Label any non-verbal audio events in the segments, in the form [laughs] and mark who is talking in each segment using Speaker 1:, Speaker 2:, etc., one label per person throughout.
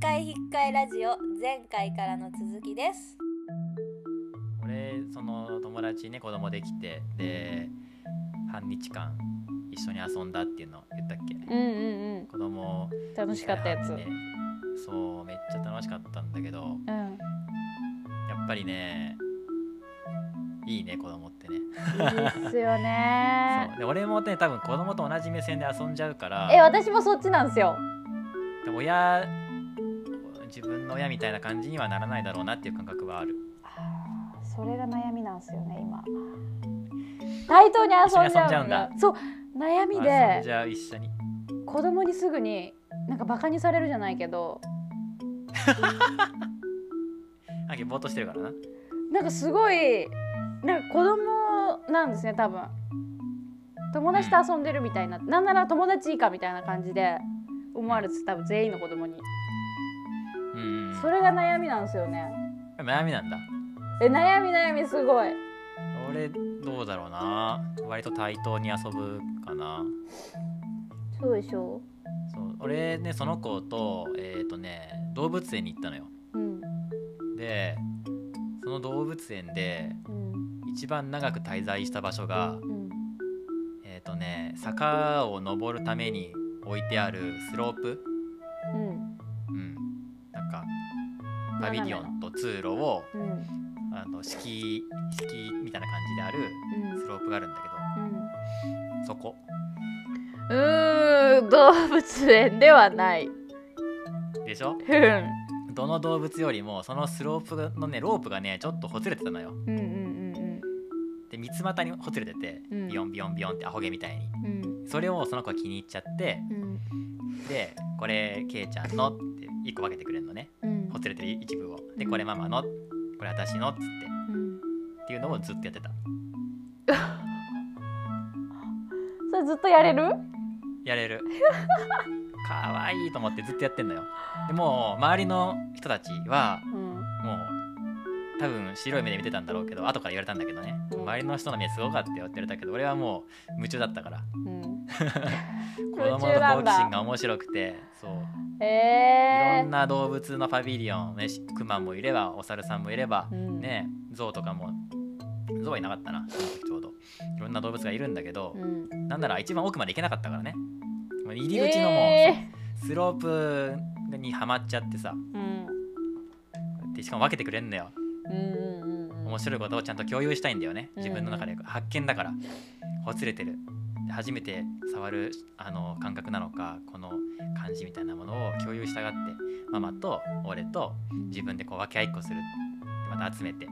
Speaker 1: 外ラジオ前回からの続きです
Speaker 2: 俺その友達ね子供できてで半日間一緒に遊んだっていうの言ったっけ
Speaker 3: うんうんうん
Speaker 2: 子供
Speaker 3: 楽しかったやつ、
Speaker 2: ねそうめっちゃ楽しかったんだけど
Speaker 3: うん
Speaker 2: やっぱりねいいね子供ってね
Speaker 3: いいですよね
Speaker 2: そうで俺もね多分子供と同じ目線で遊んじゃうか
Speaker 3: え
Speaker 2: ら
Speaker 3: 私もそっちなんですよ
Speaker 2: で親自分の親みたいな感じにはならないだろうなっていう感覚はある
Speaker 3: それが悩みなんですよね今対等に遊んじゃうの
Speaker 2: 一緒に遊んじゃうんだ
Speaker 3: そう悩み
Speaker 2: 遊ん
Speaker 3: で
Speaker 2: じゃう一緒に
Speaker 3: 子供にすぐになんかバカにされるじゃないけど
Speaker 2: あけぼーっとしてるからな
Speaker 3: なんかすごいなんか子供なんですね多分友達と遊んでるみたいな、なんなら友達以下みたいな感じで思われてた多分全員の子供に
Speaker 2: うんうんうん
Speaker 3: それが悩みなんですよね
Speaker 2: 悩みなんだ
Speaker 3: え悩み悩みすごい
Speaker 2: 俺どうだろうな割と対等に遊ぶかな
Speaker 3: そうでしょ
Speaker 2: そう俺ねその子とえっ、とね動物園に行ったのよ
Speaker 3: ううん
Speaker 2: でその動物園で
Speaker 3: うん
Speaker 2: 一番長く滞在した場所が
Speaker 3: うん
Speaker 2: えっ、とね坂を登るために置いてあるスロープ
Speaker 3: うん
Speaker 2: うんなんかパビリオンと通路を
Speaker 3: うん
Speaker 2: あの敷居敷居みたいな感じである
Speaker 3: うん
Speaker 2: スロープがあるんだけ
Speaker 3: うん
Speaker 2: どそこ
Speaker 3: うーん動物園ではない。
Speaker 2: でしょ
Speaker 3: うん
Speaker 2: どの動物よりもそのスロープのねロープがねちょっとほつれてたのよ
Speaker 3: うんうん
Speaker 2: で三つ股にほつれてて
Speaker 3: うん
Speaker 2: ビヨンビヨンビヨンってアホ毛みたいに
Speaker 3: うんうん
Speaker 2: それをその子が気に入っちゃって
Speaker 3: うん
Speaker 2: でこれケイちゃんのって1個分けてくれるのね
Speaker 3: うん
Speaker 2: ほつれてる一部をでこれママのこれ私のっつって
Speaker 3: うん。
Speaker 2: っていうのをずっとやってた
Speaker 3: それずっとやれる？
Speaker 2: や
Speaker 3: [laughs]
Speaker 2: れるかわいいと思ってずっとやってんのよでもう周りの人たちは
Speaker 3: うん
Speaker 2: もう多分白い目で見てたんだろうけど後から言われたんだけどね
Speaker 3: うん
Speaker 2: 周りの人の目すごかったよって言われたけど俺はもう夢中だったから
Speaker 3: [laughs] うん。
Speaker 2: 子供の好奇心が面白くてそういろ
Speaker 3: ええ
Speaker 2: んな動物のパビリオンねクマもいればお猿さんもいれば、
Speaker 3: うん
Speaker 2: ねゾウとかもゾウはいなかったなその時ちょうどいろんな動物がいるんだけど
Speaker 3: ー。、うん。
Speaker 2: なんなら一番奥まで行けなかったからねもう入り口のもう、
Speaker 3: え
Speaker 2: スロープにはまっちゃってさ
Speaker 3: ーうん
Speaker 2: でしかも分けてくれんのよ
Speaker 3: うんうんうん
Speaker 2: 面白いことをちゃんと共有したいんだよね
Speaker 3: うん
Speaker 2: 自分の中で発見だからほつれてるで初めて触るあの感覚なのかこの感じみたいなものを共有したがってママと俺と自分でこう分け合いっこするでまた集めて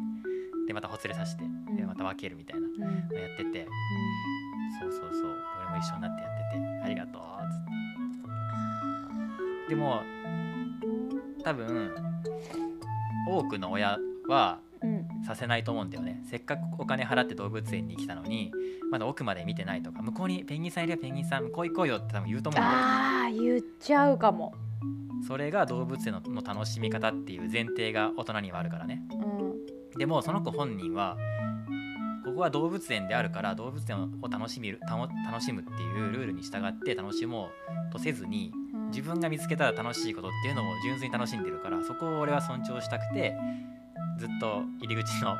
Speaker 2: でまたほつれさせてで
Speaker 3: うん
Speaker 2: また分けるみたいな
Speaker 3: うんうん
Speaker 2: のやっててそうそうそう俺も一緒になってやっててありがとうっつってでも多分多くの親は
Speaker 3: うん
Speaker 2: させないと思うんだよねせっかくお金払って動物園に来たのにまだ奥まで見てないとか向こうにペンギンさんいるよペンギンさん向こう行こうよって多分言うと思うんだよ
Speaker 3: ああ言っちゃうかも。
Speaker 2: それが動物園のの楽しみ方っていう前提が大人にはあるからね
Speaker 3: うん
Speaker 2: でもその子本人はここは動物園であるから動物園を楽しみるたの楽しむっていうルールに従って楽しもうとせずに
Speaker 3: うん。
Speaker 2: 自分が見つけたら楽しいことっていうのを純粋に楽しんでるからそこを俺は尊重したくてずっと入り口の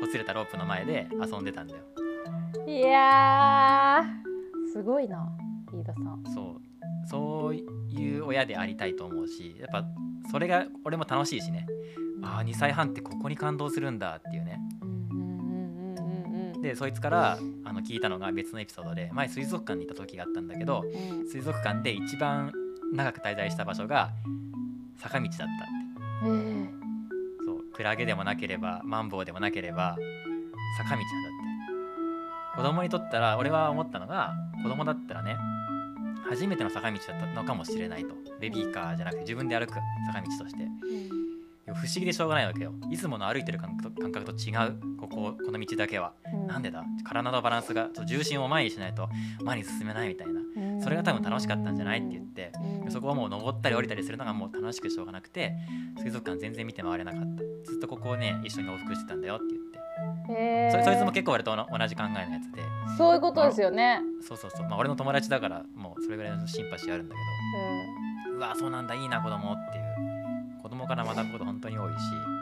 Speaker 2: ほつれたロープの前で遊んでたんだよ
Speaker 3: いやーすごいな飯田さん。
Speaker 2: そうそういう親でありたいと思うしやっぱそれが俺も楽しいしねああ2歳半ってここに感動するんだっていうね
Speaker 3: うんうんうんうんうん
Speaker 2: でそいつからあの聞いたのが別のエピソードで前水族館に行った時があったんだけど
Speaker 3: うん。
Speaker 2: 水族館で一番長く滞在した場所が坂道だったって
Speaker 3: えー
Speaker 2: そうクラゲでもなければマンボウでもなければ坂道なんだって子供にとったら俺は思ったのが子供だったらね初めての坂道だったのかもしれないとベビーカーじゃなくて自分で歩く坂道として不思議でしょうがないわけよいつもの歩いてる感覚と感覚と違うこここの道だけは
Speaker 3: うん
Speaker 2: なんでだ体のバランスがちょっと重心を前にしないと前に進めないみたいなそれが多分楽しかったんじゃないって言って
Speaker 3: うん
Speaker 2: そこはもう登ったり降りたりするのがもう楽しくしょうがなくて水族館全然見て回れなかったずっとここをね一緒に往復してたんだよって言って
Speaker 3: へー
Speaker 2: それそいつも結構割と同同じ考えのやつで
Speaker 3: そういうことですよね。
Speaker 2: そうそうそうまあ俺の友達だからもうそれぐらいのシンパシーあるんだけどうわそうなんだいいな子供っていう子子供から学ぶこと本当に多いし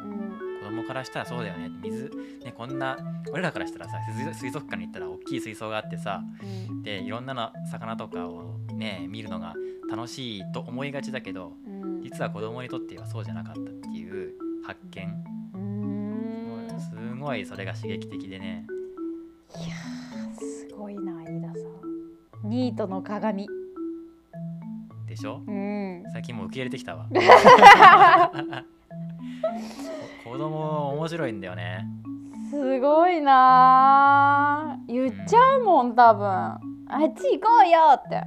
Speaker 3: うん
Speaker 2: 子供からしたらそうだよねって水ねこんな俺らからしたらさ水水族館に行ったら大きい水槽があってさでいろんなの魚とかをね見るのが楽しいと思いがちだけど
Speaker 3: うん
Speaker 2: 実は子供にとってはそうじゃなかったっていう発見
Speaker 3: うん
Speaker 2: すごいそれが刺激的でね
Speaker 3: いやーすごいな飯田さんニートの鏡
Speaker 2: でしょ
Speaker 3: うん
Speaker 2: 最近もう受け入れてきたわこ子供面白いんだよね
Speaker 3: すごいなー言っちゃうもん多分あっち行こうよって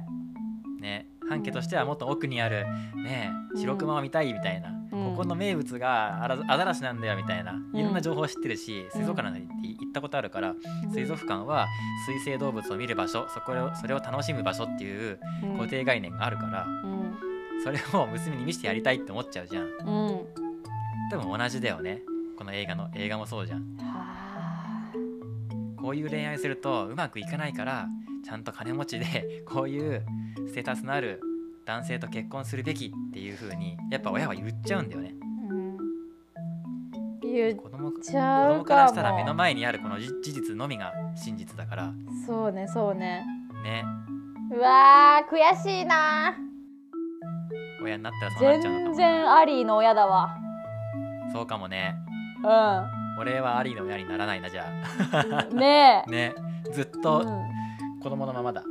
Speaker 2: ね半家としてはもっと奥にあるね白熊を見たいみたいな、
Speaker 3: うん
Speaker 2: ここの名物がアラアザラシなんだよみたいないろんな情報を知ってるし、水族館なんて行ったことあるから、水族館は水生動物を見る場所そこをそれを楽しむ場所っていう固定概念があるから、
Speaker 3: うん
Speaker 2: それを娘に見せてやりたいって思っちゃうじゃん
Speaker 3: うん、うん
Speaker 2: でも同じだよねこの映画の映画もそうじゃん
Speaker 3: はー
Speaker 2: こういう恋愛するとうまくいかないからちゃんと金持ちで [laughs] こういうステータスのある男性と結婚するべきっていう風にやっぱ親は言っちゃうんだよね
Speaker 3: うん言っ
Speaker 2: 子供子
Speaker 3: ちゃう
Speaker 2: 供
Speaker 3: か
Speaker 2: か
Speaker 3: も
Speaker 2: らしたら目の前にあるこの事事実のみが真実だから
Speaker 3: そうねそうね
Speaker 2: ね
Speaker 3: うわー悔しいな
Speaker 2: 親になったらそうなっちゃうのか
Speaker 3: 全
Speaker 2: も
Speaker 3: 然アリーの親だわ
Speaker 2: そうかもね
Speaker 3: う
Speaker 2: 俺はアリーの親にならないなじゃ
Speaker 3: んね
Speaker 2: あねずっ
Speaker 3: え、う
Speaker 2: と
Speaker 3: ん
Speaker 2: 子供のままだ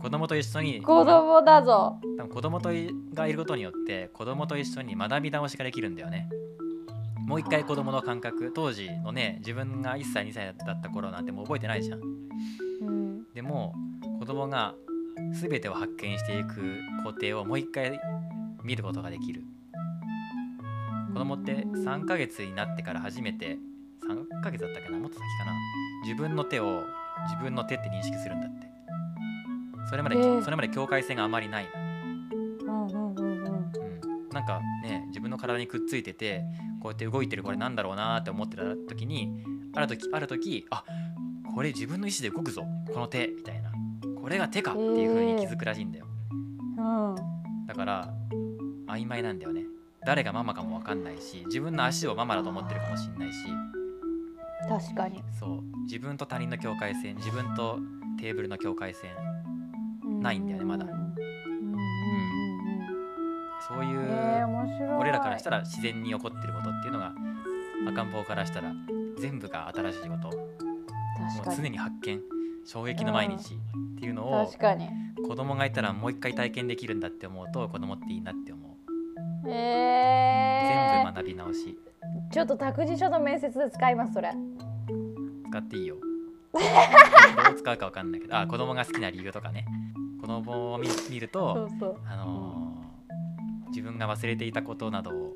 Speaker 2: 子供と一緒に
Speaker 3: 子供だぞ
Speaker 2: 多分子供といがいることによって子供と一緒に学び直しができるんだよねもう一回子供の感覚当時のね自分が1歳2歳だった頃なんてもう覚えてないじゃん
Speaker 3: うん
Speaker 2: でも子供が全てを発見していく工程をもう一回見ることができる子供って3ヶ月になってから初めて3ヶ月だったっけなもっと先かな自分の手を自分の手って認識するんだってそれまで、
Speaker 3: えー
Speaker 2: それまで境界線があまりない
Speaker 3: うんうんうんうん
Speaker 2: うん、なんかね自分の体にくっついててこうやって動いてるこれなんだろうなーって思ってた時にある時ある時あこれ自分の意思で動くぞこの手みたいなこれが手かっていう風に気づくらしいんだよ
Speaker 3: うん
Speaker 2: だから曖昧なんだよね誰がママかも分かんないし自分の足をママだと思ってるかもしんないし
Speaker 3: 確かに、
Speaker 2: そう自分と他人の境界線自分とテーブルの境界線
Speaker 3: うん
Speaker 2: ないんだよねまだ
Speaker 3: うんうんうん
Speaker 2: そういう
Speaker 3: うんえー、面白い
Speaker 2: 俺らからしたら自然に起こってることっていうのが赤ん坊からしたら全部が新しいことも
Speaker 3: 確か
Speaker 2: う常
Speaker 3: に
Speaker 2: に発見衝撃の毎日っていうのを
Speaker 3: 確かに
Speaker 2: 子供がいたらもう一回体験できるんだって思うと子供っていいなって思う
Speaker 3: え
Speaker 2: 全部学び直し
Speaker 3: ー、ちょっと託児所の面接で使いますそれ
Speaker 2: 使っ
Speaker 3: [laughs]
Speaker 2: ていいよどう使うかわかんないけどあ子供が好きな理由とかね子供を見見る
Speaker 3: そ
Speaker 2: と
Speaker 3: うそう
Speaker 2: あのー自分が忘れていたことなどを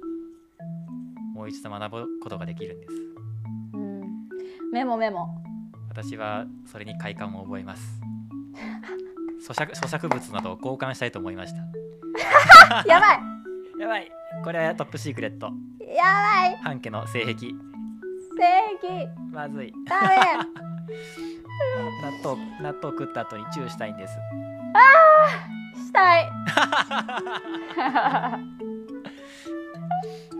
Speaker 2: もう一度学ぶことができるんです
Speaker 3: うんメモメモ
Speaker 2: [laughs] 私はそれに快感を覚えます
Speaker 3: [laughs]
Speaker 2: 咀嚼咀嚼物などを交換したいと思いました
Speaker 3: やばい
Speaker 2: やばいこれはトップシークレット
Speaker 3: やばい
Speaker 2: 半家の性癖
Speaker 3: 正義
Speaker 2: まずい
Speaker 3: ダ
Speaker 2: [laughs]
Speaker 3: メ
Speaker 2: 納豆納豆食った後にチューしたいんです [laughs]
Speaker 3: したい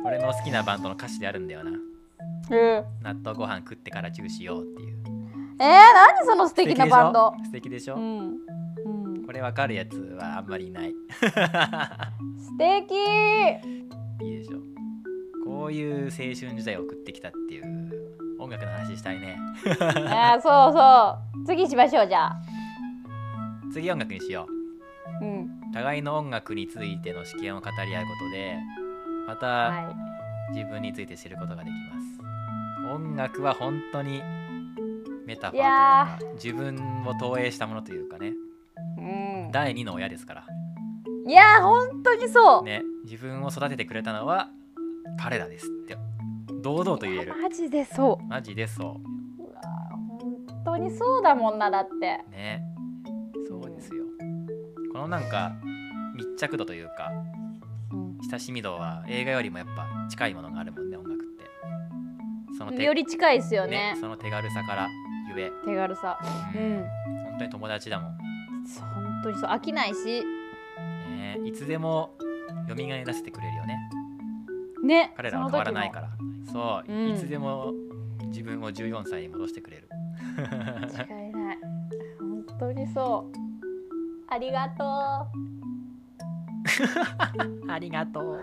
Speaker 2: 俺の好きなバンドの歌詞であるんだよな
Speaker 3: うんえ
Speaker 2: 納豆ご飯食ってからチューしようっていう
Speaker 3: ー、何その素敵なバンド
Speaker 2: 素敵でしょ
Speaker 3: う
Speaker 2: 素敵でし
Speaker 3: ん、うん
Speaker 2: ょ、これわかるやつはあんまりいない
Speaker 3: 素敵
Speaker 2: いいでしょこういう青春時代を送ってきたっていう音楽の話したいね
Speaker 3: あーそうそう次しましょうじゃあ
Speaker 2: 次音楽にしよう
Speaker 3: うん
Speaker 2: 互いの音楽についての試験を語り合うことでまた
Speaker 3: は
Speaker 2: 自分について知ることができます音楽は本当にメタファ
Speaker 3: いや
Speaker 2: ーというか自分を投影したものというかね
Speaker 3: い、うん
Speaker 2: 第二の親ですから
Speaker 3: いやー本当にそう、
Speaker 2: ね自分を育ててくれたのは彼らですって堂々と言える
Speaker 3: マジでそ
Speaker 2: マジでそう
Speaker 3: うわー本当にそうだもんなだって
Speaker 2: うねそうですよこのなんか密着度というか
Speaker 3: うん
Speaker 2: 親しみ度は映画よりもやっぱ近いものがあるもんね音楽ってその手
Speaker 3: より近いですよ
Speaker 2: ね
Speaker 3: ね
Speaker 2: その手軽さからゆえ、
Speaker 3: 手軽さうん
Speaker 2: 本当に友達だもん、
Speaker 3: そう本当にそう飽きないし
Speaker 2: ね、いつでも蘇らせてくれるよね
Speaker 3: ね
Speaker 2: 彼らは変わらないかららそう、
Speaker 3: うん
Speaker 2: いつでも自分を14歳に戻してくれる
Speaker 3: 違いない本当にそうありがとう
Speaker 2: [laughs] ありがとう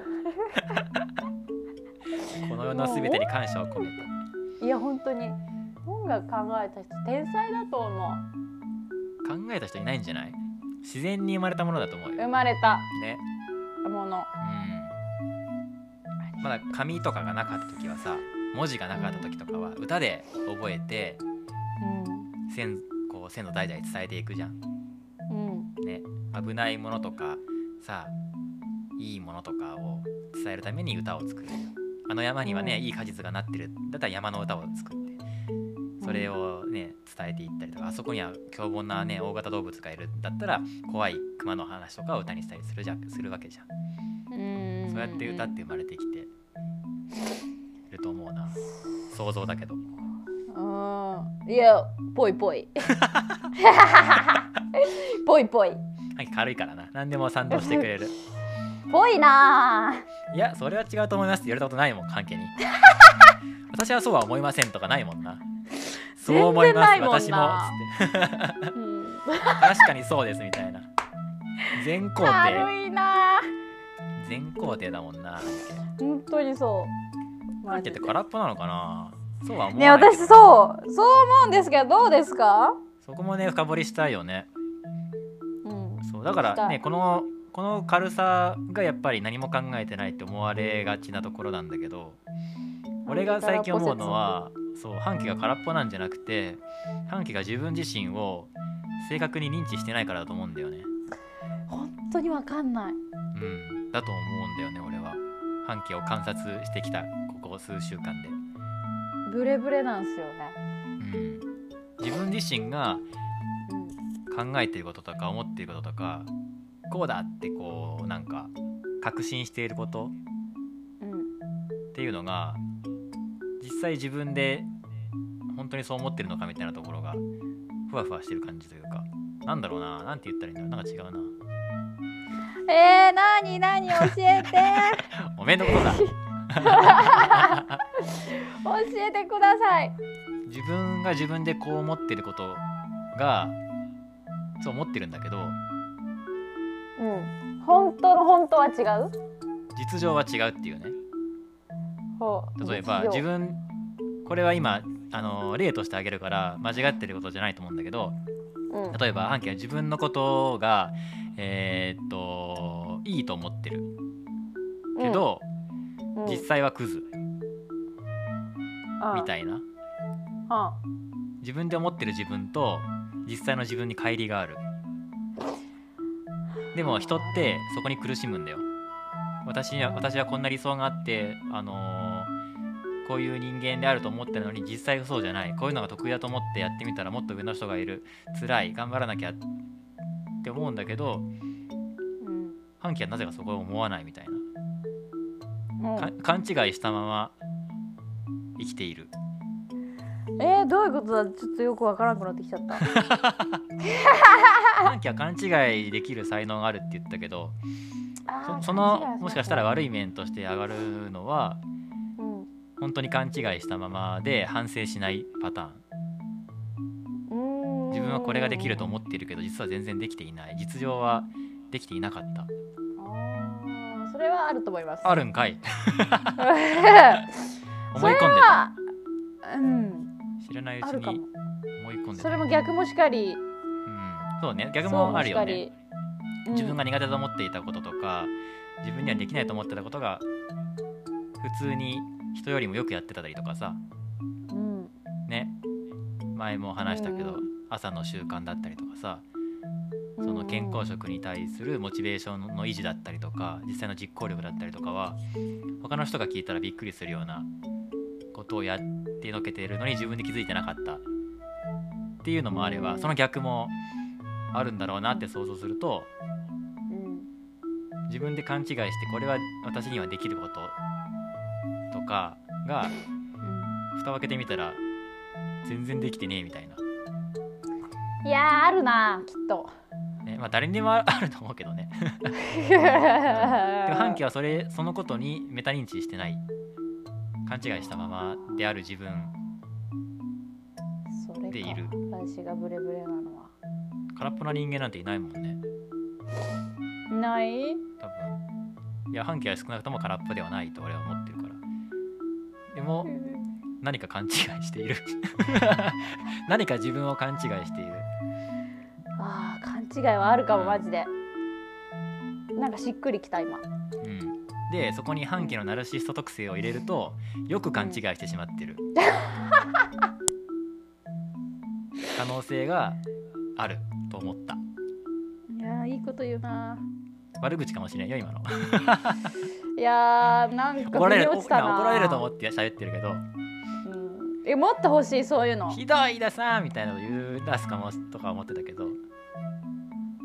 Speaker 2: この世の全てに感謝を込めて
Speaker 3: いや本当に音楽考えた人天才だと思う
Speaker 2: 考えた人いないんじゃない自然に生まれたものだと思う
Speaker 3: 生
Speaker 2: よ
Speaker 3: まれた
Speaker 2: ね
Speaker 3: もの
Speaker 2: うんまだ紙とかがなかった時はさ文字がなかった時とかは歌で覚えて先こう先祖代々伝えていくじゃん
Speaker 3: うん、うん、
Speaker 2: ね危ないものとかさいいものとかを伝えるために歌を作るあの山にはね、
Speaker 3: うん
Speaker 2: いい果実がなってるだったら山の歌を作ってそれをね伝えていったりとかあそこには凶暴なね大型動物がいるだったら怖い熊の話とかを歌にしたりするじゃんするわけじゃん
Speaker 3: うん
Speaker 2: そうやって歌って生まれてきてると思うな想像だけど
Speaker 3: うんいやぽいぽいぽいぽい
Speaker 2: なんか軽いからな何でも賛同してくれる
Speaker 3: ぽいない
Speaker 2: やそれは違うと思いますって言われたことないもん関係に [laughs] 私はそうは思いませんとかないもんなそう思います
Speaker 3: 全然ないもんな
Speaker 2: 私もつって
Speaker 3: ぁ、うん、
Speaker 2: 確かにそうですみたいな全肯定
Speaker 3: 軽いなぁ
Speaker 2: 全肯定だもんな
Speaker 3: 本当にそう
Speaker 2: 関
Speaker 3: マ
Speaker 2: 係
Speaker 3: ジ
Speaker 2: って
Speaker 3: で
Speaker 2: 空っぽなのかなそうは思わ
Speaker 3: ね
Speaker 2: ないけど
Speaker 3: 私そうそう思うんですけどどうですか、
Speaker 2: そこもね深掘りしたいよね
Speaker 3: うん、
Speaker 2: そうだか
Speaker 3: した
Speaker 2: ら
Speaker 3: い
Speaker 2: ねこのこの軽さがやっぱり何も考えてないって思われがちなところなんだけど俺が最近思うのはそう半旗が空っぽなんじゃなくて半旗が自分自身を正確に認知してないからだと思うんだよね
Speaker 3: 本当にわかんない
Speaker 2: うんだと思うんだよね俺は半旗を観察してきたここ数週間で
Speaker 3: ブレブレなんですよね、
Speaker 2: うん自分自身が考えてることとか思ってることとかこうだってこうなんか確信していること
Speaker 3: うん
Speaker 2: っていうのが実際自分で本当にそう思ってるのかみたいなところがふわふわしてる感じというかなんだろうななんて言ったらいいんだろうなんか違うな
Speaker 3: うん、えー、なになに教え
Speaker 2: [laughs]
Speaker 3: て
Speaker 2: おめんのことだ
Speaker 3: 教えてください
Speaker 2: 自分が自分でこう思ってることがそう思ってるんだけど
Speaker 3: うん本当の本当は違う
Speaker 2: 実情は違うっていうね
Speaker 3: ほう
Speaker 2: 例えば自分これは今あの例としてあげるから間違ってることじゃないと思うんだけど
Speaker 3: うん
Speaker 2: 例えば半径は自分のことがえーっといいと思ってるけど、
Speaker 3: うん
Speaker 2: 実際はクズみ
Speaker 3: い
Speaker 2: たいな
Speaker 3: な、
Speaker 2: 自分で思ってる自分と実際の自分に乖離があるでも人ってそこに苦しむんだよ私には私はこんな理想があってあのーこういう人間であると思ってるのに実際はそうじゃないこういうのが得意だと思ってやってみたらもっと上の人がいる辛い頑張らなきゃって思うんだけど
Speaker 3: うん
Speaker 2: 半旗はなぜかそこを思わないみたいな
Speaker 3: うん
Speaker 2: か勘違いしたまま生きている
Speaker 3: えー、どういうことだちょっとよくわからなくなってきちゃった
Speaker 2: 短期は勘違いできる才能があるって言ったけど
Speaker 3: あー
Speaker 2: そその
Speaker 3: 勘違い
Speaker 2: もしかしたら悪い面として上がるのは
Speaker 3: うん
Speaker 2: 本当に勘違いしたままで反省しないパターン
Speaker 3: うん
Speaker 2: 自分はこれができると思っているけど実は全然できていない実情はできていなかった
Speaker 3: あーそれはあると思います [laughs]
Speaker 2: あるんかい
Speaker 3: 思
Speaker 2: 思い込んでた
Speaker 3: うん、
Speaker 2: 知らないうち
Speaker 3: ある
Speaker 2: に
Speaker 3: かも
Speaker 2: 思。い込んで
Speaker 3: そ
Speaker 2: た、
Speaker 3: れも逆もしかり、
Speaker 2: うん、そうね逆
Speaker 3: そう
Speaker 2: もあるよ
Speaker 3: しか
Speaker 2: ね
Speaker 3: り。うん
Speaker 2: 自分が苦手と思っていたこととか自分にはできないと思ってたことが普通に人よりもよくやってたりとかさ
Speaker 3: うん、
Speaker 2: ね前も話したけど、
Speaker 3: うん
Speaker 2: 朝の習慣だったりとかさ
Speaker 3: うん
Speaker 2: その健康食に対するモチベーションの維持だったりとか実際の実行力だったりとかは他の人が聞いたらびっくりするようなことをやってのけているのに自分で気づいてなかったっていうのもあれ
Speaker 3: う
Speaker 2: ば、
Speaker 3: ん
Speaker 2: その逆もあるんだろうなって想像すると
Speaker 3: うん
Speaker 2: 自分で勘違いしてこれは私にはできることとかが蓋を開けてみたら全然できてねえみたいない
Speaker 3: やーあるなきっと
Speaker 2: ねまあ、誰にでもああると思うけどねでも半
Speaker 3: 半
Speaker 2: 家はそれそのことにメタ認知してない勘違いしたままである自分
Speaker 3: それか
Speaker 2: でいる
Speaker 3: 私がブレブレなのは
Speaker 2: 空っぽな人間なんていないもんね
Speaker 3: いない
Speaker 2: 多分いや半径は少なくとも空っぽではないと俺は思ってるからでも何か勘違いしている [laughs] 何か自分を勘違いしている
Speaker 3: あー勘違いはあるかも
Speaker 2: うん
Speaker 3: マジでなんかしっくりきた今
Speaker 2: うん、でそこに半径のナルシスト特性を入れるとよく勘違いしてしまってる可能性があると思った
Speaker 3: いやーいいこと言うな
Speaker 2: 悪口かもしれんよ今の
Speaker 3: いやーなんか
Speaker 2: 怒られ
Speaker 3: 腑に
Speaker 2: る
Speaker 3: 落ちたな
Speaker 2: 怒られると思って喋ってるけど
Speaker 3: うんえもっと欲しいそういうの
Speaker 2: ひどいださーみたいなの言う出すかもとか思ってたけど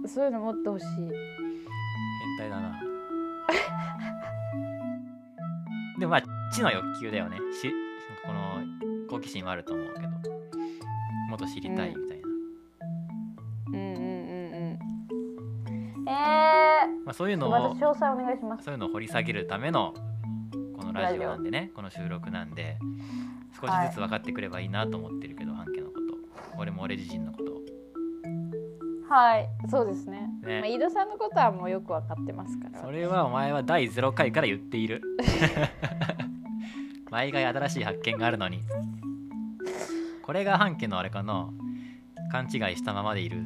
Speaker 3: そういうのもっと欲しい
Speaker 2: 変態だな [laughs] でもまあ知の欲求だよねしこの好奇心はあると思うけどもっと知りたいみたいな、
Speaker 3: うんうんうんうんえ
Speaker 2: まあ、そういう
Speaker 3: ー、
Speaker 2: の
Speaker 3: また
Speaker 2: を
Speaker 3: 詳細お願いします
Speaker 2: そういうのを掘り下げるためのこのラジオなんでねこの収録なんで少しずつ分かってくればいいなと思ってるけど、半家のこと俺も俺自身のことを
Speaker 3: はいそうですね
Speaker 2: ね
Speaker 3: まあ、井戸さんのことはもうよく分かってますから
Speaker 2: それはお前は第0回から言っている [laughs] 毎回新しい発見があるのにこれが半家のあれかな勘違いしたままでいるま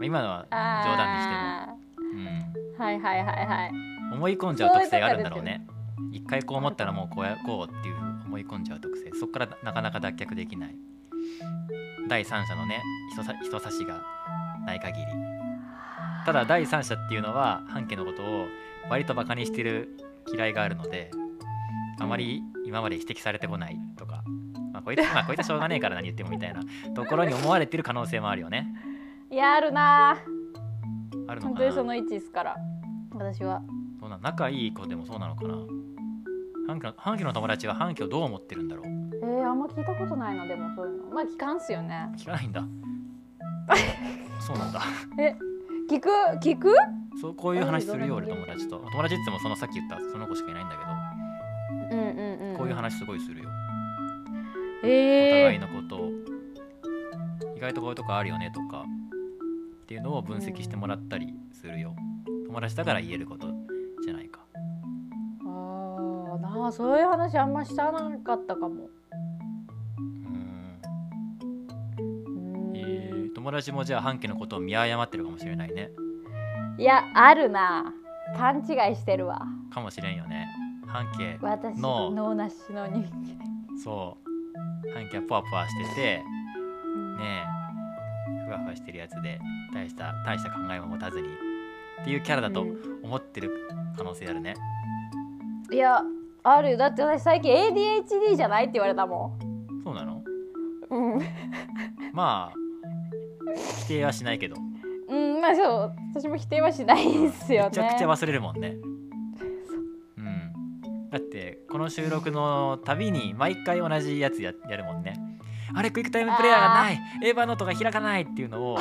Speaker 2: あ今のは冗談
Speaker 3: あ
Speaker 2: にして
Speaker 3: ーはいはいはいはい
Speaker 2: も、うん、思い込んじゃう特性があるんだろうね一回こう思ったらもうこうやこうっていう思い込んじゃう特性そこからなかなか脱却できない第三者のね人さ人差しがない限りただ第三者っていうのは半家のことを割とバカにしてる嫌いがあるのであまり今まで指摘されてこないとか、まあ、こいつまあこいつはしょうがねえから何言ってもみたいなところに思われてる可能性もあるよね
Speaker 3: いやあるな
Speaker 2: あるの
Speaker 3: 本
Speaker 2: か
Speaker 3: 当
Speaker 2: な
Speaker 3: にその位置ですから私は
Speaker 2: そうなん仲いい子でもそうなのかな半家の半家の友達は半家をどう思ってるんだろう
Speaker 3: えー、あんま聞いたことないなでもそういうのまあ聞かんっすよね
Speaker 2: 聞かない
Speaker 3: [laughs]
Speaker 2: んだそうなんだ
Speaker 3: 聞く聞く
Speaker 2: そうこういう話する
Speaker 3: どん
Speaker 2: よ俺
Speaker 3: な人
Speaker 2: 友達と友達っつってもそのさっき言ったその子しかいないんだけ
Speaker 3: うんうんう
Speaker 2: ど
Speaker 3: ん
Speaker 2: こういう話すごいするよお互い
Speaker 3: え
Speaker 2: のことを意外とこういうとこあるよねとかっていうのを分析してもらったりするよ友達だから言えることじゃないか
Speaker 3: ー、あーなあそういう話あんましたなかったかも
Speaker 2: うーん、
Speaker 3: うーん
Speaker 2: えー友達もじゃあ半家のことを見誤ってるかもしれないね
Speaker 3: いやあるな勘違いしてるわ
Speaker 2: かもしれんよね半家
Speaker 3: 私
Speaker 2: の
Speaker 3: 脳なしの人間
Speaker 2: そう半径はポワポワしててねえふわふわしてるやつで大した大した考えも持たずにっていうキャラだと
Speaker 3: うん
Speaker 2: 思ってる可能性あるね、
Speaker 3: いやあるよだって私最近 ADHD じゃないって言われたも
Speaker 2: そうなの
Speaker 3: んうん
Speaker 2: まあ否定はしないけど
Speaker 3: うんまあそう私も否定はしないですよね
Speaker 2: めちゃくちゃ忘れるもんねうんだってこの収録のたびに毎回同じやつややるもんねあれクイックタイムプレイヤーがないエヴァノートが開かないっていうの
Speaker 3: [laughs]
Speaker 2: を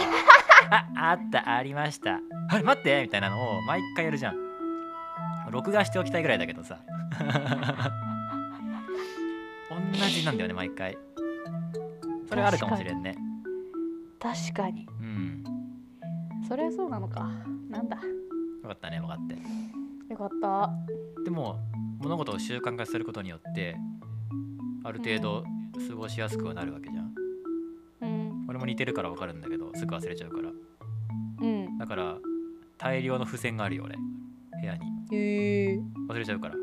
Speaker 2: ああったありましたあれ待ってみたいなのを毎回やるじゃん録画しておきたいぐらいだけ
Speaker 3: [laughs]
Speaker 2: どさ同じなんだよね毎回それはあるかもしれんね
Speaker 3: 確かに
Speaker 2: うん
Speaker 3: それはそうなのかなんだ
Speaker 2: よかったね分かって
Speaker 3: よかった
Speaker 2: でも物事を習慣化することによってある程度過ごしやすくはなるわけじゃん、
Speaker 3: うん
Speaker 2: 俺も似てるから分かるんだけどすぐ忘れちゃうから
Speaker 3: うん
Speaker 2: だから大量の付箋があるよ俺部屋に
Speaker 3: へえ
Speaker 2: 忘れちゃうから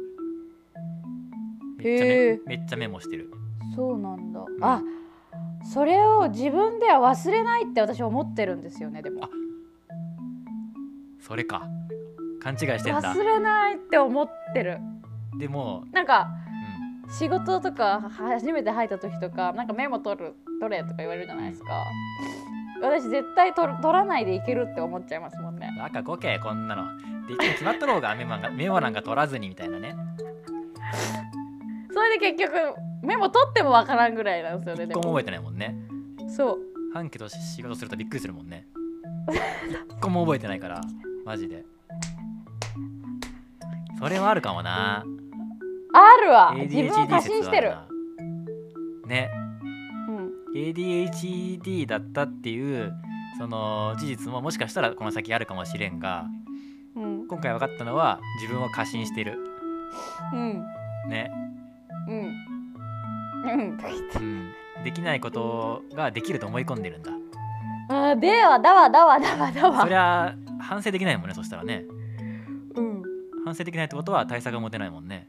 Speaker 2: めっちゃめ,、
Speaker 3: へえ
Speaker 2: めっちゃメモしてる
Speaker 3: そうなんだあそれを自分では忘れないって私思ってるんですよねでも
Speaker 2: あそれか勘違いしてんだ
Speaker 3: 忘れないって思ってる
Speaker 2: でも、
Speaker 3: なんか
Speaker 2: う
Speaker 3: 仕事とか初めて入った時とかなんかメモ取る取れとか言われるじゃないですか私絶対取る取らないでいけるって思っちゃいますもんね
Speaker 2: ん、バカこけこんなのできるに決まったろうがメモがメモなんか取らずにみたいなね
Speaker 3: それで結局メモ取ってもわからんぐらいなんですよね
Speaker 2: 一
Speaker 3: で
Speaker 2: 個も
Speaker 3: も
Speaker 2: 覚えてないもんね
Speaker 3: そう
Speaker 2: 半期と仕事するとびっくりするもんね一個も覚えてないからマジでそれはあるかもな
Speaker 3: あるわ自
Speaker 2: ADHD
Speaker 3: 分を過信してる
Speaker 2: 説はあるなね
Speaker 3: うん
Speaker 2: ADHD だったっていうその事実ももしかしたらこの先あるかもしれんが
Speaker 3: うん
Speaker 2: 今回分かったのは自分を過信してる
Speaker 3: うん
Speaker 2: ね、
Speaker 3: うんうん
Speaker 2: うん、できないことができると思い込んでるんだ
Speaker 3: あーではだわだわだわだ
Speaker 2: そり
Speaker 3: わ
Speaker 2: ゃ反省できないもんねそしたらね
Speaker 3: うん
Speaker 2: 反省できないってことは対策が持てないもんね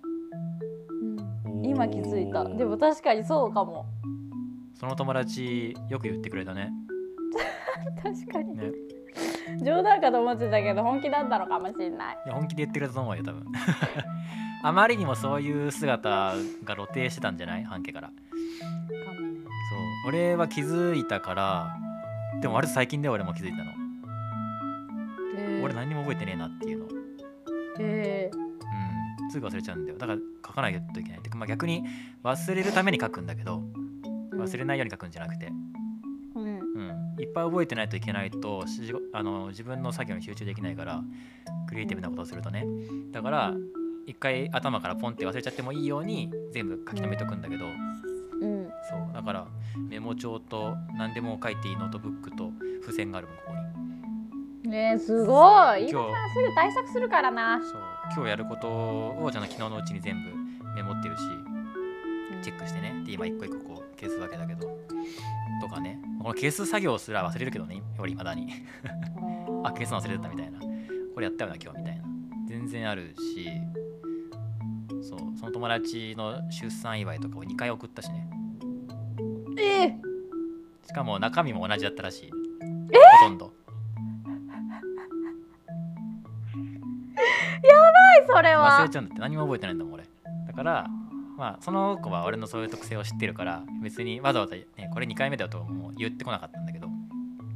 Speaker 3: 今気づいたでも確かにそうかも
Speaker 2: その友達よく言ってくれたね
Speaker 3: 確かに、
Speaker 2: ね
Speaker 3: 冗談かと思ってたけど本気だったのかもしれない
Speaker 2: いや本気で言ってくれたと思うよ多分 [laughs] あまりにもそういう姿が露呈してたんじゃない半家からそう俺は気づいたからでもあれ最近で俺も気づいたの、
Speaker 3: え
Speaker 2: 俺何にも覚えてねえなっていうの、う
Speaker 3: え
Speaker 2: ん、すぐ忘れちゃうんだよだから書かないといけないって、まあ、逆に忘れるために書くんだけど
Speaker 3: ー
Speaker 2: 忘れないように書くんじゃなくて、
Speaker 3: うん
Speaker 2: うん、いっぱい覚えてないといけないとしあの自分の作業に集中できないからクリエイティブなことをするとねだから一回頭からポンって忘れちゃってもいいように全部書き留めとくんだけど、
Speaker 3: うん
Speaker 2: そうだからメモ帳と何でも書いていいノートブックと付箋があるもんここに
Speaker 3: ねえすごい
Speaker 2: 今日
Speaker 3: 今からすぐ対策するからな
Speaker 2: そう今日やることをじゃあ昨日のうちに全部メモってるしチェックしてねで今一個一個こう消すわけだけどとかねこの消す作業すら忘れるけどね俺いまだにあ消すの忘れてたみたいなこれやったよな今日みたいな全然あるしそうその友達の出産祝いとかを2回送ったしね
Speaker 3: ええ
Speaker 2: しかも中身も同じだったらしいほとんど
Speaker 3: それ
Speaker 2: 忘
Speaker 3: は
Speaker 2: れちゃうんだって何も覚えてないんだもん俺だからまあその子は俺のそういう特性を知ってるから別にわざわざ、ね、これ2回目だよとはもう言ってこなかったんだけど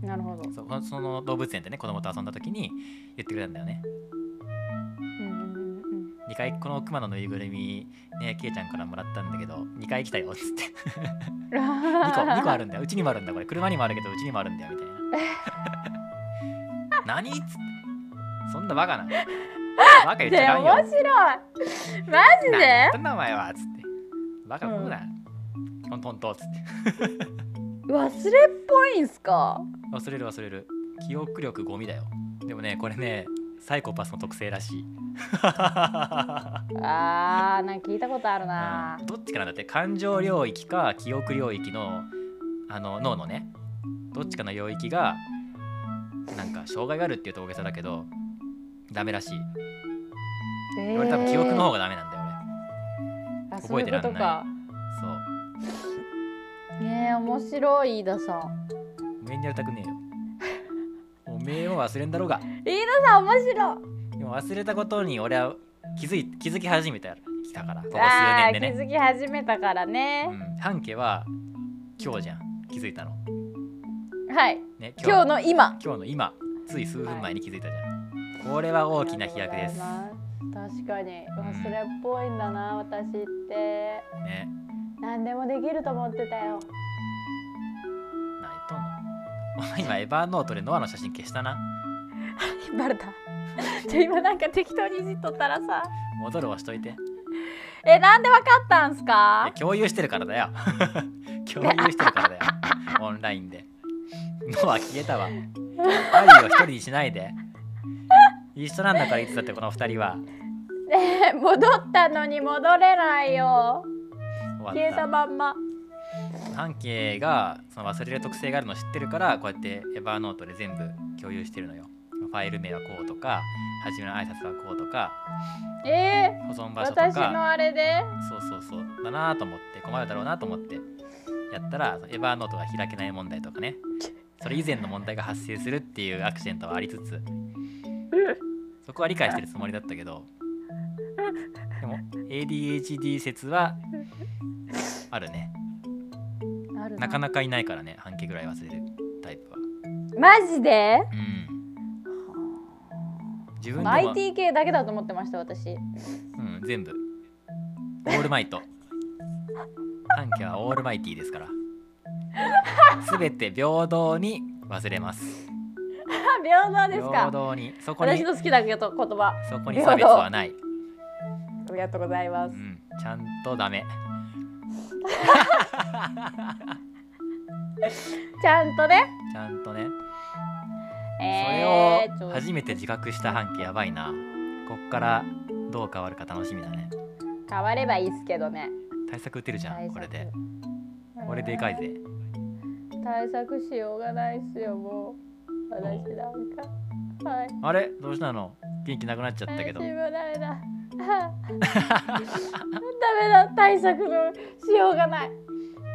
Speaker 3: なるほど、
Speaker 2: そその動物園でね子供と遊んだ時に言ってくれたんだよね
Speaker 3: うんうん
Speaker 2: 2回このクマのぬいぐるみねケイちゃんからもらったんだけど2回来たよっつって
Speaker 3: うん、2
Speaker 2: 2個2個あ [laughs]
Speaker 3: る
Speaker 2: るんだようちにもあるんだこれ車にもあるけどうちにもあるんだよみたい [laughs] な何っつってそんなバカなバカ言っちゃい
Speaker 3: で
Speaker 2: かんよ
Speaker 3: 面 [laughs] 白いマジ
Speaker 2: 何
Speaker 3: で
Speaker 2: 言ってんだお前はっつってバカ食うな、トントントンっつって
Speaker 3: 忘れっぽいんすか
Speaker 2: 忘れる忘れる記憶力ゴミだよでもねこれねサイコパスの特性らしい
Speaker 3: あーなんか聞いたことあるな
Speaker 2: うんどっちかなんだって感情領域か記憶領域のあの脳のねどっちかの領域がなんか障害があるっていうと大げさだけどダメらしい
Speaker 3: え
Speaker 2: 俺多分記憶の方
Speaker 3: が
Speaker 2: がダメなんだよ
Speaker 3: 覚
Speaker 2: 覚
Speaker 3: え
Speaker 2: え
Speaker 3: て
Speaker 2: て
Speaker 3: ら
Speaker 2: ら
Speaker 3: ん
Speaker 2: ん
Speaker 3: な
Speaker 2: ないい
Speaker 3: そういうことか
Speaker 2: 俺
Speaker 3: ねえ面白い飯田さん
Speaker 2: そうおめえにやりたく
Speaker 3: [laughs]
Speaker 2: ねえよおめえを忘れんだろうが
Speaker 3: 飯田さん面白い
Speaker 2: でも忘れたことに俺は気づい気づき始めたたからここ数
Speaker 3: あ
Speaker 2: 年で
Speaker 3: ー
Speaker 2: ね
Speaker 3: 気づき始めたからね、
Speaker 2: うん、半家は今日じゃん気づいたの、
Speaker 3: はい
Speaker 2: ね、
Speaker 3: 今日の今
Speaker 2: 今日の今つい数分前に気づいたじゃん、これは大きな飛躍です、
Speaker 3: 確かに忘れっぽいんだな私って
Speaker 2: ね、
Speaker 3: 何でもできると思ってたよ [laughs]
Speaker 2: 何言っとんのお前 [laughs] 今エヴァーノートでノアの写真消したな
Speaker 3: バレ
Speaker 2: [laughs]
Speaker 3: たじゃあ今なんか適当にいじっとったらさ
Speaker 2: 戻る押しといてい
Speaker 3: えなんでわかったんすか
Speaker 2: や共有してるからだよ [laughs] 共有してるからだ [laughs] よオンラインでノア消えたわ愛を一人にしないで一緒なんだからいつだってこの二人は
Speaker 3: ねえ [laughs] 戻ったのに戻れないよ
Speaker 2: 終
Speaker 3: 消
Speaker 2: わ
Speaker 3: え
Speaker 2: った
Speaker 3: まんま
Speaker 2: 半径がその忘れる特性があるのを知ってるからこうやってエヴァーノートで全部共有してるのよファイル名はこうとか初めの挨拶はこうとか
Speaker 3: えー
Speaker 2: 保存場所と
Speaker 3: 私の
Speaker 2: か
Speaker 3: あれで
Speaker 2: そうそうそうだなと思って困るだろうなと思ってやったらエヴァーノートが開けない問題とかねそれ以前の問題が発生するっていうアクセントはありつつそこは理解してるつもりだったけどでも ADHD 説はあるね
Speaker 3: ある
Speaker 2: なかなかいないからね半径ぐらい忘れるタイプは。
Speaker 3: マジで
Speaker 2: うん自分でも、
Speaker 3: IT 系だけだと思ってました私
Speaker 2: うん、全部オールマイト半家はオールマイティーですからすべて平等に忘れます
Speaker 3: 平等です
Speaker 2: 平
Speaker 3: か
Speaker 2: 等にそこ
Speaker 3: 私
Speaker 2: に
Speaker 3: の好きな言葉
Speaker 2: そこに差別はない、
Speaker 3: ありがとうございま
Speaker 2: う
Speaker 3: す、
Speaker 2: ん、ちゃんとダメ
Speaker 3: ちゃんとね
Speaker 2: ちゃんとね
Speaker 3: えー、
Speaker 2: そ
Speaker 3: ち
Speaker 2: れ
Speaker 3: ょ
Speaker 2: を初めて自覚した半径やばいなこっからどう変わるか楽しみだね
Speaker 3: 変わればいいですけどね
Speaker 2: 対策打てるじゃ
Speaker 3: 対
Speaker 2: ん
Speaker 3: 策
Speaker 2: これでこれでかいぜ
Speaker 3: 対策しようがないっすよもう私なんかはい
Speaker 2: あれどうしたの元気なくなっちゃったけど
Speaker 3: 私もダメだ [laughs] ダメだ対策のしようがない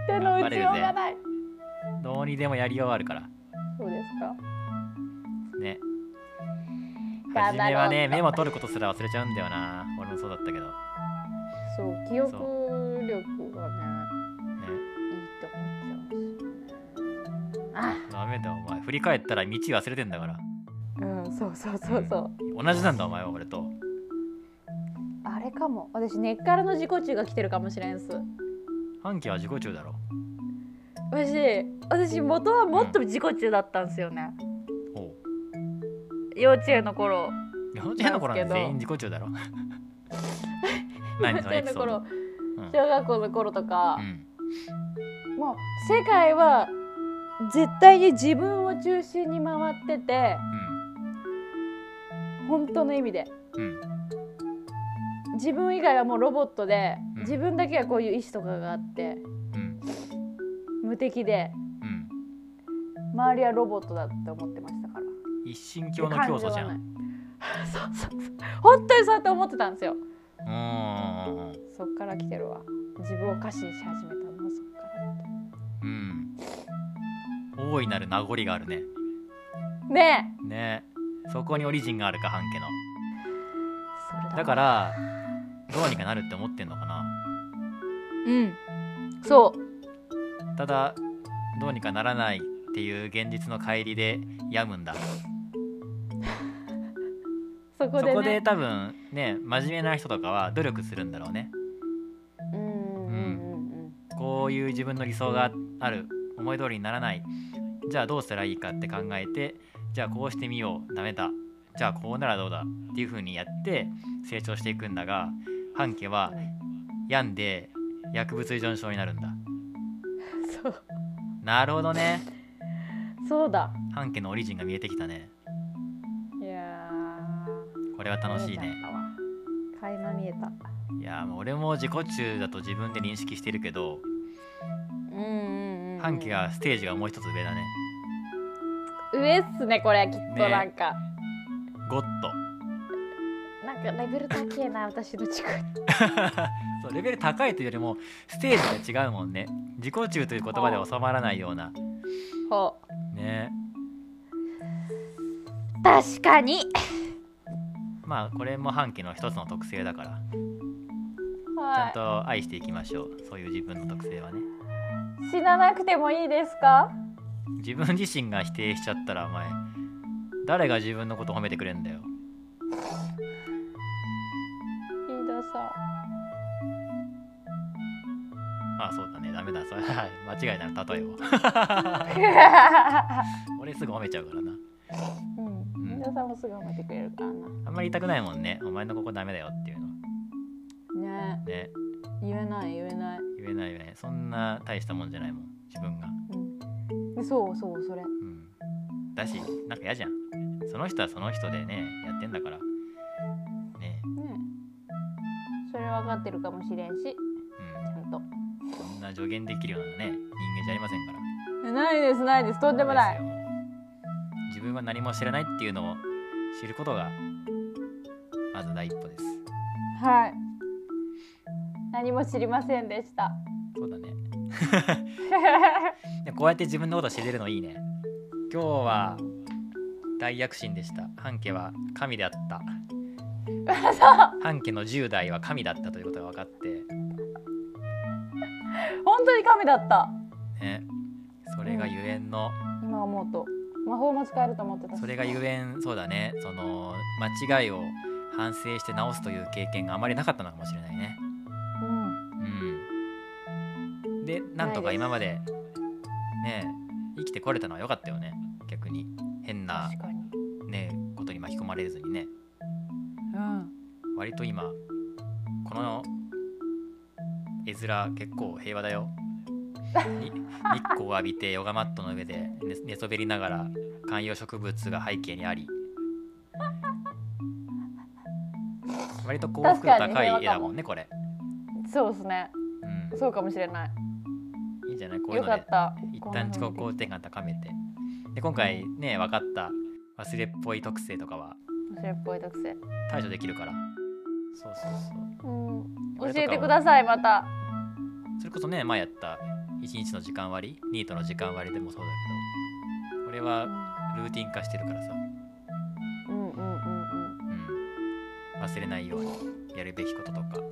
Speaker 3: 手の打ちようがない
Speaker 2: どうにでもやりようあるから
Speaker 3: そうですか
Speaker 2: ね
Speaker 3: 頑張ろ
Speaker 2: 初
Speaker 3: う
Speaker 2: めはねメモ取ることすら忘れちゃうんだよな俺もそうだったけど、ね、
Speaker 3: そう記憶力がねいいと思っちゃうしあ
Speaker 2: ダメだお前振り返ったら道忘れてんだから
Speaker 3: うんそうそうそうそう
Speaker 2: 同じなんだお前は俺と
Speaker 3: あれかも私根っからの自己中が来てるかもしれんす
Speaker 2: 半径は自己中だろ
Speaker 3: 私私元はもっと自己中だったんですよね、
Speaker 2: おう幼
Speaker 3: 幼稚園の頃
Speaker 2: 稚園の頃なんて全員自己中
Speaker 3: [laughs]
Speaker 2: だろ何
Speaker 3: 幼
Speaker 2: その
Speaker 3: 稚
Speaker 2: エ
Speaker 3: 園の
Speaker 2: ピソード、
Speaker 3: 頃
Speaker 2: うん
Speaker 3: 小学校の頃とか
Speaker 2: う、ん
Speaker 3: もう世界は絶対に自分を中心に回ってて本当の意味で
Speaker 2: うんうん
Speaker 3: 自分以外はもうロボットで、
Speaker 2: うん
Speaker 3: 自分だけはこういう意志とかがあって
Speaker 2: うん
Speaker 3: 無敵で
Speaker 2: うん
Speaker 3: 周りはロボットだって思ってましたから
Speaker 2: 一神教の教祖じゃん。う
Speaker 3: 感
Speaker 2: ん
Speaker 3: 情はない [laughs] そうそうそう本当にそうやって思ってたんですよ
Speaker 2: うん
Speaker 3: そっから来てるわ自分を過信し始めたのはそっから
Speaker 2: うんうん。大いなる名残があるね。
Speaker 3: ねえ
Speaker 2: ねえそこにオリジンがあるか半家の。
Speaker 3: それだわ
Speaker 2: だからどうにかなるって思ってんのかな。
Speaker 3: うんそう
Speaker 2: ただどうにかならないっていう現実の乖離で病むんだ。
Speaker 3: そこ
Speaker 2: そ
Speaker 3: で、ね、
Speaker 2: こで多分ね真面目な人とかは努力するんだろうね。
Speaker 3: うんうん
Speaker 2: こういう自分の理想がある思い通りにならないじゃあどうしたらいいかって考えてじゃあこうしてみようダメだじゃあこうならどうだっていう風にやって成長していくんだが半家は病んで薬物依存症になるんだ
Speaker 3: うんうんそう
Speaker 2: なるほどね
Speaker 3: そうだ
Speaker 2: 半家のオリジンが見えてきたね
Speaker 3: いや
Speaker 2: これは
Speaker 3: ー
Speaker 2: 楽しい
Speaker 3: 見え
Speaker 2: ね
Speaker 3: たわ垣間見えた
Speaker 2: いやーもう俺も自己中だと自分で認識してるけど
Speaker 3: うんうんうん
Speaker 2: 半家がステージがもう一つ上だね
Speaker 3: 上っすねこれきっ
Speaker 2: ね
Speaker 3: となんか、
Speaker 2: ゴッド [laughs]
Speaker 3: なんかレベル高えな私の近い
Speaker 2: そうレベル高いというよりもステージが違うもんね自己中という言葉で収まらないような
Speaker 3: [laughs] ほう
Speaker 2: ね
Speaker 3: 確かに
Speaker 2: まあこれも半期の一つの特性だからちゃ
Speaker 3: は
Speaker 2: んと愛していきましょうそういう自分の特性はね
Speaker 3: い死ななくてもいいですか
Speaker 2: 自分自身が否定しちゃったらお前誰が自分のこと褒めてくれんだよ
Speaker 3: 飯田さん
Speaker 2: あそうだねダメだそれ間違いなら例えを
Speaker 3: [laughs]
Speaker 2: [laughs] 俺すぐ褒めちゃうからな
Speaker 3: うん、飯田さんもすぐ褒めてくれるから
Speaker 2: あんまり言いたくないもんねお前のここダメだよっていうの
Speaker 3: な。ね、
Speaker 2: ね
Speaker 3: 言えない言えない。
Speaker 2: 言えないよねそんな大したもんじゃないもん自分が
Speaker 3: うん、でそうそうそれ。
Speaker 2: うんだしなんか嫌じゃんその人はその人でねやってんだからね
Speaker 3: ね、それ分かってるかもしれんし、
Speaker 2: うん
Speaker 3: ちゃんと。
Speaker 2: そんな助言できるようなね人間じゃありませんから
Speaker 3: ないですないですとんでもない
Speaker 2: そ。うですよ自分は何も知らないっていうのを知ることがまず第一歩です
Speaker 3: はい。何も知りませんでした。 [laughs]
Speaker 2: そうだねでもこうやって自分のことを知れるのいいね今日は大躍進でした半家は神であった半家の10代は神だったということが分かって、
Speaker 3: 本当に神だった。
Speaker 2: ね、それがゆえんの、
Speaker 3: 今思うと魔法も使えると思ってたし。
Speaker 2: それがゆえんそうだねその間違いを反省して直すという経験があまりなかったのかもしれないね
Speaker 3: うん。
Speaker 2: うん、でなんと
Speaker 3: な
Speaker 2: か
Speaker 3: いです
Speaker 2: 今までねえ生きてこれたのは良かったよね逆に変な
Speaker 3: 確かに。
Speaker 2: まれずにね
Speaker 3: うん
Speaker 2: 割と今この絵面結構平和だよ [laughs] に日光を浴びてヨガマットの上で寝寝そべりながら観葉植物が背景にあり割と幸福度高い絵だもんねこれ、
Speaker 3: そうですね
Speaker 2: うん
Speaker 3: そうかもしれない
Speaker 2: いいんじゃないこういう
Speaker 3: よ
Speaker 2: の
Speaker 3: か
Speaker 2: で
Speaker 3: った
Speaker 2: 一旦自己肯定感高めてで今回ね分かった忘れっぽい特性とかは
Speaker 3: 面白いっぽい特性
Speaker 2: 対処できるからそうそうそう
Speaker 3: うん
Speaker 2: これとか
Speaker 3: 教えてくださいまた
Speaker 2: それこそね前やった1日の時間割ニートの時間割でもそうだけどこれはルーティン化してるからさ、
Speaker 3: うんうんうんうん
Speaker 2: うん、忘れないようにやるべきこととかを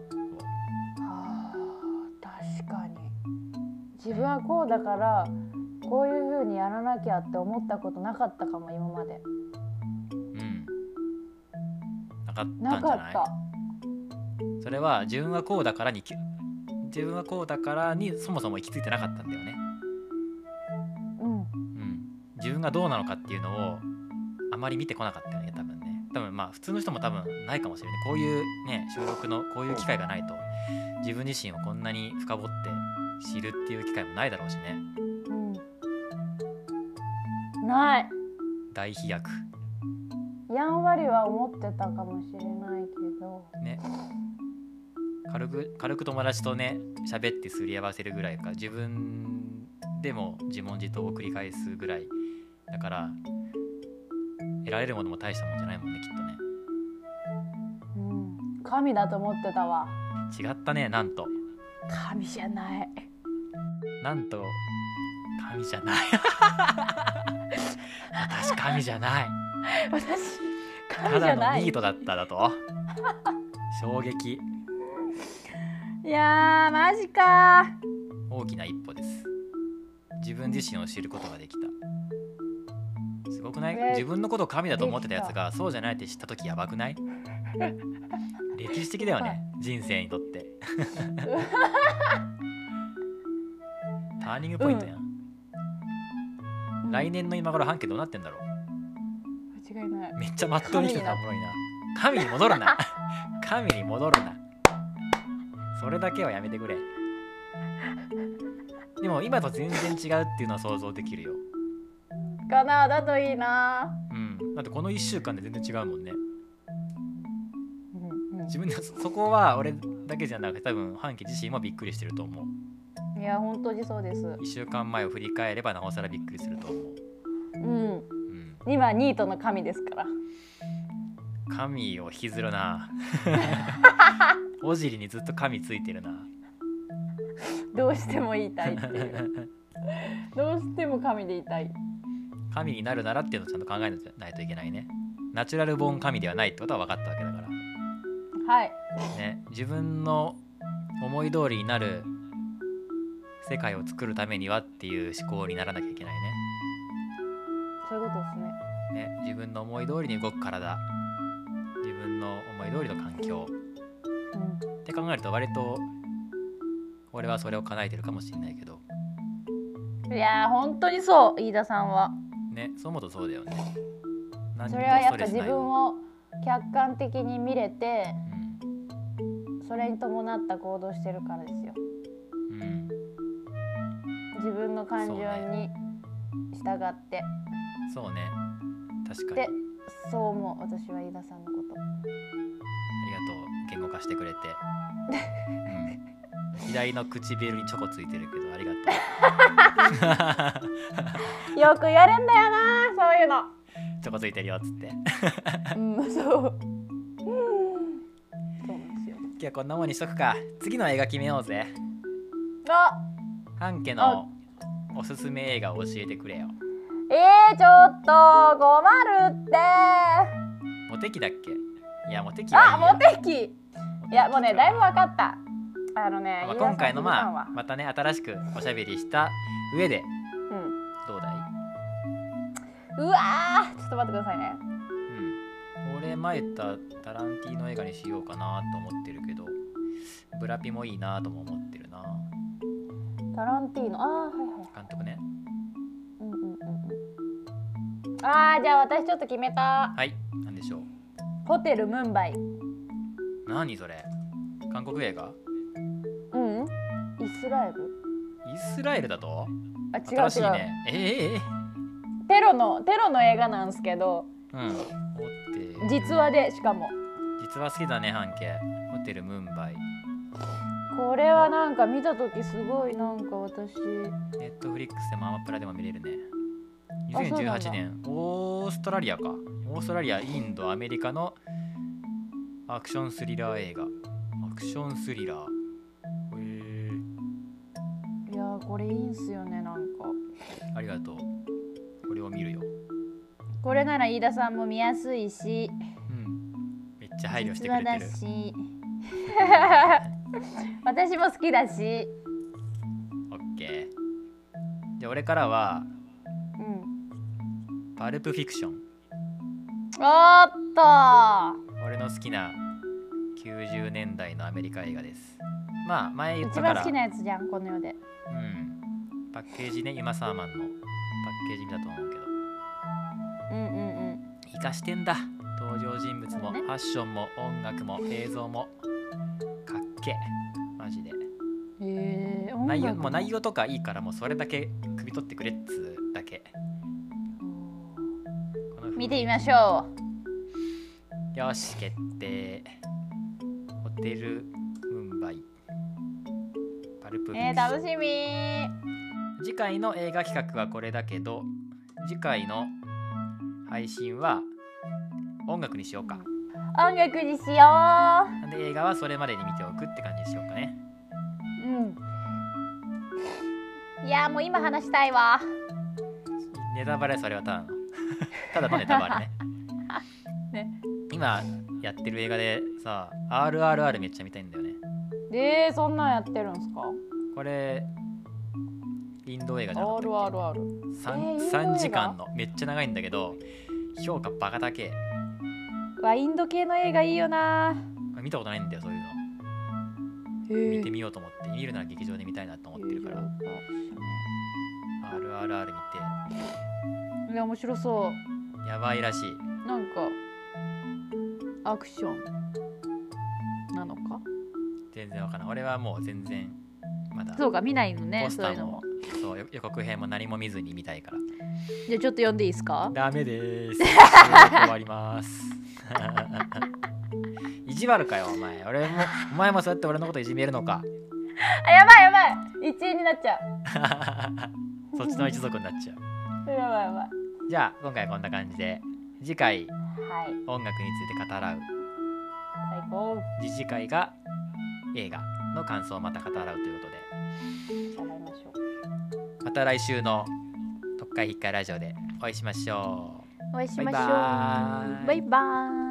Speaker 3: あー確かに自分はこうだからこういう風にやらなきゃって思ったことなかったかも今まで
Speaker 2: うんなかった
Speaker 3: なん
Speaker 2: じ
Speaker 3: か
Speaker 2: ゃ
Speaker 3: っ
Speaker 2: ない
Speaker 3: た
Speaker 2: それは自分はこうだからにき自分はこうだからにそもそも行き着いてなかったんだよね
Speaker 3: うん
Speaker 2: うん、自分がどうなのかっていうのをあまり見てこなかったよね多分ね多分まあ普通の人も多分ないかもしれないこういうね収録のこういう機会がないと自分自身をこんなに深掘って知るっていう機会もないだろうしね
Speaker 3: うんない
Speaker 2: 大飛躍
Speaker 3: やんわりは思ってたかもしれないけど
Speaker 2: ね軽く軽く友達とね喋ってすり合わせるぐらいか自分でも自問自答を繰り返すぐらいだから得られるものも大したもんじゃないもんねきっとね
Speaker 3: うん神だと思ってたわ
Speaker 2: 違ったねなんと
Speaker 3: 神じゃない
Speaker 2: なんと神じゃ
Speaker 3: [laughs]
Speaker 2: ない私神じゃない
Speaker 3: [laughs] 私神
Speaker 2: た
Speaker 3: じ
Speaker 2: だ
Speaker 3: ゃ
Speaker 2: の
Speaker 3: ない
Speaker 2: ニートだっただと衝撃
Speaker 3: いやーマジか
Speaker 2: 大きな一歩です自分自身を知ることができたすごくない
Speaker 3: ね
Speaker 2: 自分のことを神だと思ってたやつがそうじゃないって知った時やばくない歴史的だよね人生にとって
Speaker 3: [laughs]
Speaker 2: ターニングポイントやん、来年の今頃半径どうなってんだろう
Speaker 3: 間違いない
Speaker 2: めっちゃまっとうにしてたおもろいな。神に戻るな。神に戻るな。 [laughs] それだけはやめてくれ。でも今と全然違うっていうのは想像できるよ。
Speaker 3: かなだといいな
Speaker 2: うん。だってこの1週間で全然違うもんね。
Speaker 3: うんうん
Speaker 2: 自分でそそこは俺だけじゃなくて多分半期自身もびっくりしてると思う。
Speaker 3: いや本当にそうです。
Speaker 2: 1週間前を振り返ればなおさらびっくりすると思う。
Speaker 3: うん。
Speaker 2: うん。
Speaker 3: 今ニートの神ですから。
Speaker 2: 神を引きずるな。おじりにずっと神ついてるな。
Speaker 3: どうしても言いたいって
Speaker 2: [laughs]
Speaker 3: いう。どうしても神でいたい。
Speaker 2: 神になるならっていうのをちゃんと考えないといけないねナチュラルボーン神ではないってことは分かったわけだから、
Speaker 3: はい。
Speaker 2: ね、自分の思い通りになる世界を作るためにはっていう思考にならなきゃいけない
Speaker 3: そういうことですね。
Speaker 2: ねね自分の思い通りに動く体自分の思い通りの環境って考えると割と俺はそれを叶えてるかもしれないけど
Speaker 3: うん。いやー本当にそう飯田さんは。
Speaker 2: ねそう思うとそうだよね何
Speaker 3: そ
Speaker 2: に
Speaker 3: れ
Speaker 2: も
Speaker 3: はやっ
Speaker 2: ス
Speaker 3: ぱ
Speaker 2: トレス
Speaker 3: 自
Speaker 2: ない
Speaker 3: 分
Speaker 2: よ
Speaker 3: を客観的に見れて
Speaker 2: うん
Speaker 3: それに伴った行動してるからですよ。
Speaker 2: うん
Speaker 3: 自分の感情
Speaker 2: そう
Speaker 3: に従って。
Speaker 2: そうね確かに
Speaker 3: でそう思う私は飯田さんのこと。
Speaker 2: ありがとう言語化してくれて、うん、左の唇にチョコついてるけどありがとう
Speaker 3: よく言われんだよなーそういうの。
Speaker 2: チョコついてるよっつって
Speaker 3: うん、そう。そうなんですよ。
Speaker 2: 今日はこんなもんにしとくか次の映画決めようぜ
Speaker 3: あ、
Speaker 2: 半家のおすすめ映画を教えてくれよ
Speaker 3: えー、ちょっと困るって。
Speaker 2: モテキだっけいやモテキ
Speaker 3: あ、モ
Speaker 2: はいいや
Speaker 3: テ期。いや、もうね、だいぶ分かった。あのね
Speaker 2: まあ、今回の
Speaker 3: 飯田さん
Speaker 2: まあまたね新しくおしゃべりした上で
Speaker 3: とみさんは
Speaker 2: どうだい、
Speaker 3: うん。うわー、ちょっと待ってくださいね。
Speaker 2: うん、俺前言ったタランティーノ映画にしようかなと思ってるけどブラピもいいなとも思ってるな
Speaker 3: タランティーノ、あー、はいはい。
Speaker 2: 監督ね
Speaker 3: うんうんうんうん。あー、じゃあ私ちょっと決めた。
Speaker 2: はい、なんでしょう。
Speaker 3: ホテルムンバイ
Speaker 2: 何それ韓国映画
Speaker 3: うんイスラエル
Speaker 2: イスラエルだと
Speaker 3: あ違う違う
Speaker 2: 新しいねえええ
Speaker 3: テロのテロの映画なんですけど
Speaker 2: えうんホテル
Speaker 3: 実話でしかも
Speaker 2: 実は好きだね半径ホテルムンバイ
Speaker 3: これはなんか見た時すごいなんか私
Speaker 2: ネットフリックスでもアマプラでも見れるね
Speaker 3: あそうなんだ
Speaker 2: 2018年オーストラリアかオーストラリアインドアメリカのアクションスリラー映画アクションスリラーへ
Speaker 3: いやーこれいいんすよねなんか
Speaker 2: えありがとうこれを見るよ
Speaker 3: これなら飯田さんも見やすいし
Speaker 2: うんめっちゃ配慮して
Speaker 3: 実
Speaker 2: く
Speaker 3: 話
Speaker 2: れ
Speaker 3: だ
Speaker 2: てる
Speaker 3: し私も好きだし
Speaker 2: オ [laughs] ッケーじゃあ俺からは
Speaker 3: うん
Speaker 2: パルプフィクション
Speaker 3: おーっと
Speaker 2: 俺の好きな90年代のアメリカ映画ですまあ前言っ
Speaker 3: 一
Speaker 2: たか
Speaker 3: 番
Speaker 2: ら
Speaker 3: 好きなやつじゃんこの世で
Speaker 2: うん、パッケージね今サーマンのパッケージだと思うけど
Speaker 3: うんうん
Speaker 2: 生かしてんだ登場人物も
Speaker 3: そうね
Speaker 2: ファッションも音楽も映像もかっけえマジで
Speaker 3: うんへえー、
Speaker 2: 内容
Speaker 3: 音楽
Speaker 2: もう内容とかいいからもうそれだけ汲み取ってくれっつうだけこの雰囲気
Speaker 3: 見てみましょう
Speaker 2: よし決定ホテルムンバイパルプフィクション
Speaker 3: えー、楽しみー
Speaker 2: 次回の映画企画はこれだけど次回の配信は音楽にしようか
Speaker 3: 音楽にしよ
Speaker 2: なんで映画はそれまでに見ておくって感じにしようかね
Speaker 3: ううんいやーもう今話したいわ
Speaker 2: ネタバレそれ
Speaker 3: [laughs]
Speaker 2: はただのただのネタバレね
Speaker 3: ね
Speaker 2: 今やってる映画でさ「RRR」めっちゃ見たいんだよね
Speaker 3: えー、そんなんやってるんすか
Speaker 2: これインド映画じゃなかったっけ
Speaker 3: RRR
Speaker 2: 三
Speaker 3: えーインド映画
Speaker 2: 三時間のめっちゃ長いんだけど評価バカだけ
Speaker 3: うわインド系の映画いいよな
Speaker 2: 見たことないんだよそういうの
Speaker 3: へえ
Speaker 2: 見てみようと思って見るなら劇場で見たいなと思ってるから「RRR」見
Speaker 3: いや面白そう
Speaker 2: てやばいらしい
Speaker 3: なんかアクションなのか
Speaker 2: 全然わからん俺はもう全然まだ
Speaker 3: そうか見ないのね
Speaker 2: ポス
Speaker 3: そう
Speaker 2: タ
Speaker 3: いう
Speaker 2: ー
Speaker 3: の
Speaker 2: も
Speaker 3: も
Speaker 2: そうよ予告編も何も見ずに見たいから
Speaker 3: じゃあちょっと読んでいいですか
Speaker 2: ダメ [laughs] です終わります [laughs] 意地悪かよお前俺もお前もそうやって俺のこといじめるのか [laughs]
Speaker 3: あやばいやばい一位になっちゃう
Speaker 2: そっちの一族になっちゃう
Speaker 3: やばいやばい
Speaker 2: じゃあ今回はこんな感じで次回
Speaker 3: はい
Speaker 2: 音楽について語らう
Speaker 3: 最高
Speaker 2: 次次回が映画の感想をまた語らうということで
Speaker 3: 頑張りましょ
Speaker 2: また来週の「特会引っかえラジオ」でお会いしましょう
Speaker 3: うお会いし
Speaker 2: バ
Speaker 3: ましょ
Speaker 2: イバーイ
Speaker 3: うバイバーイ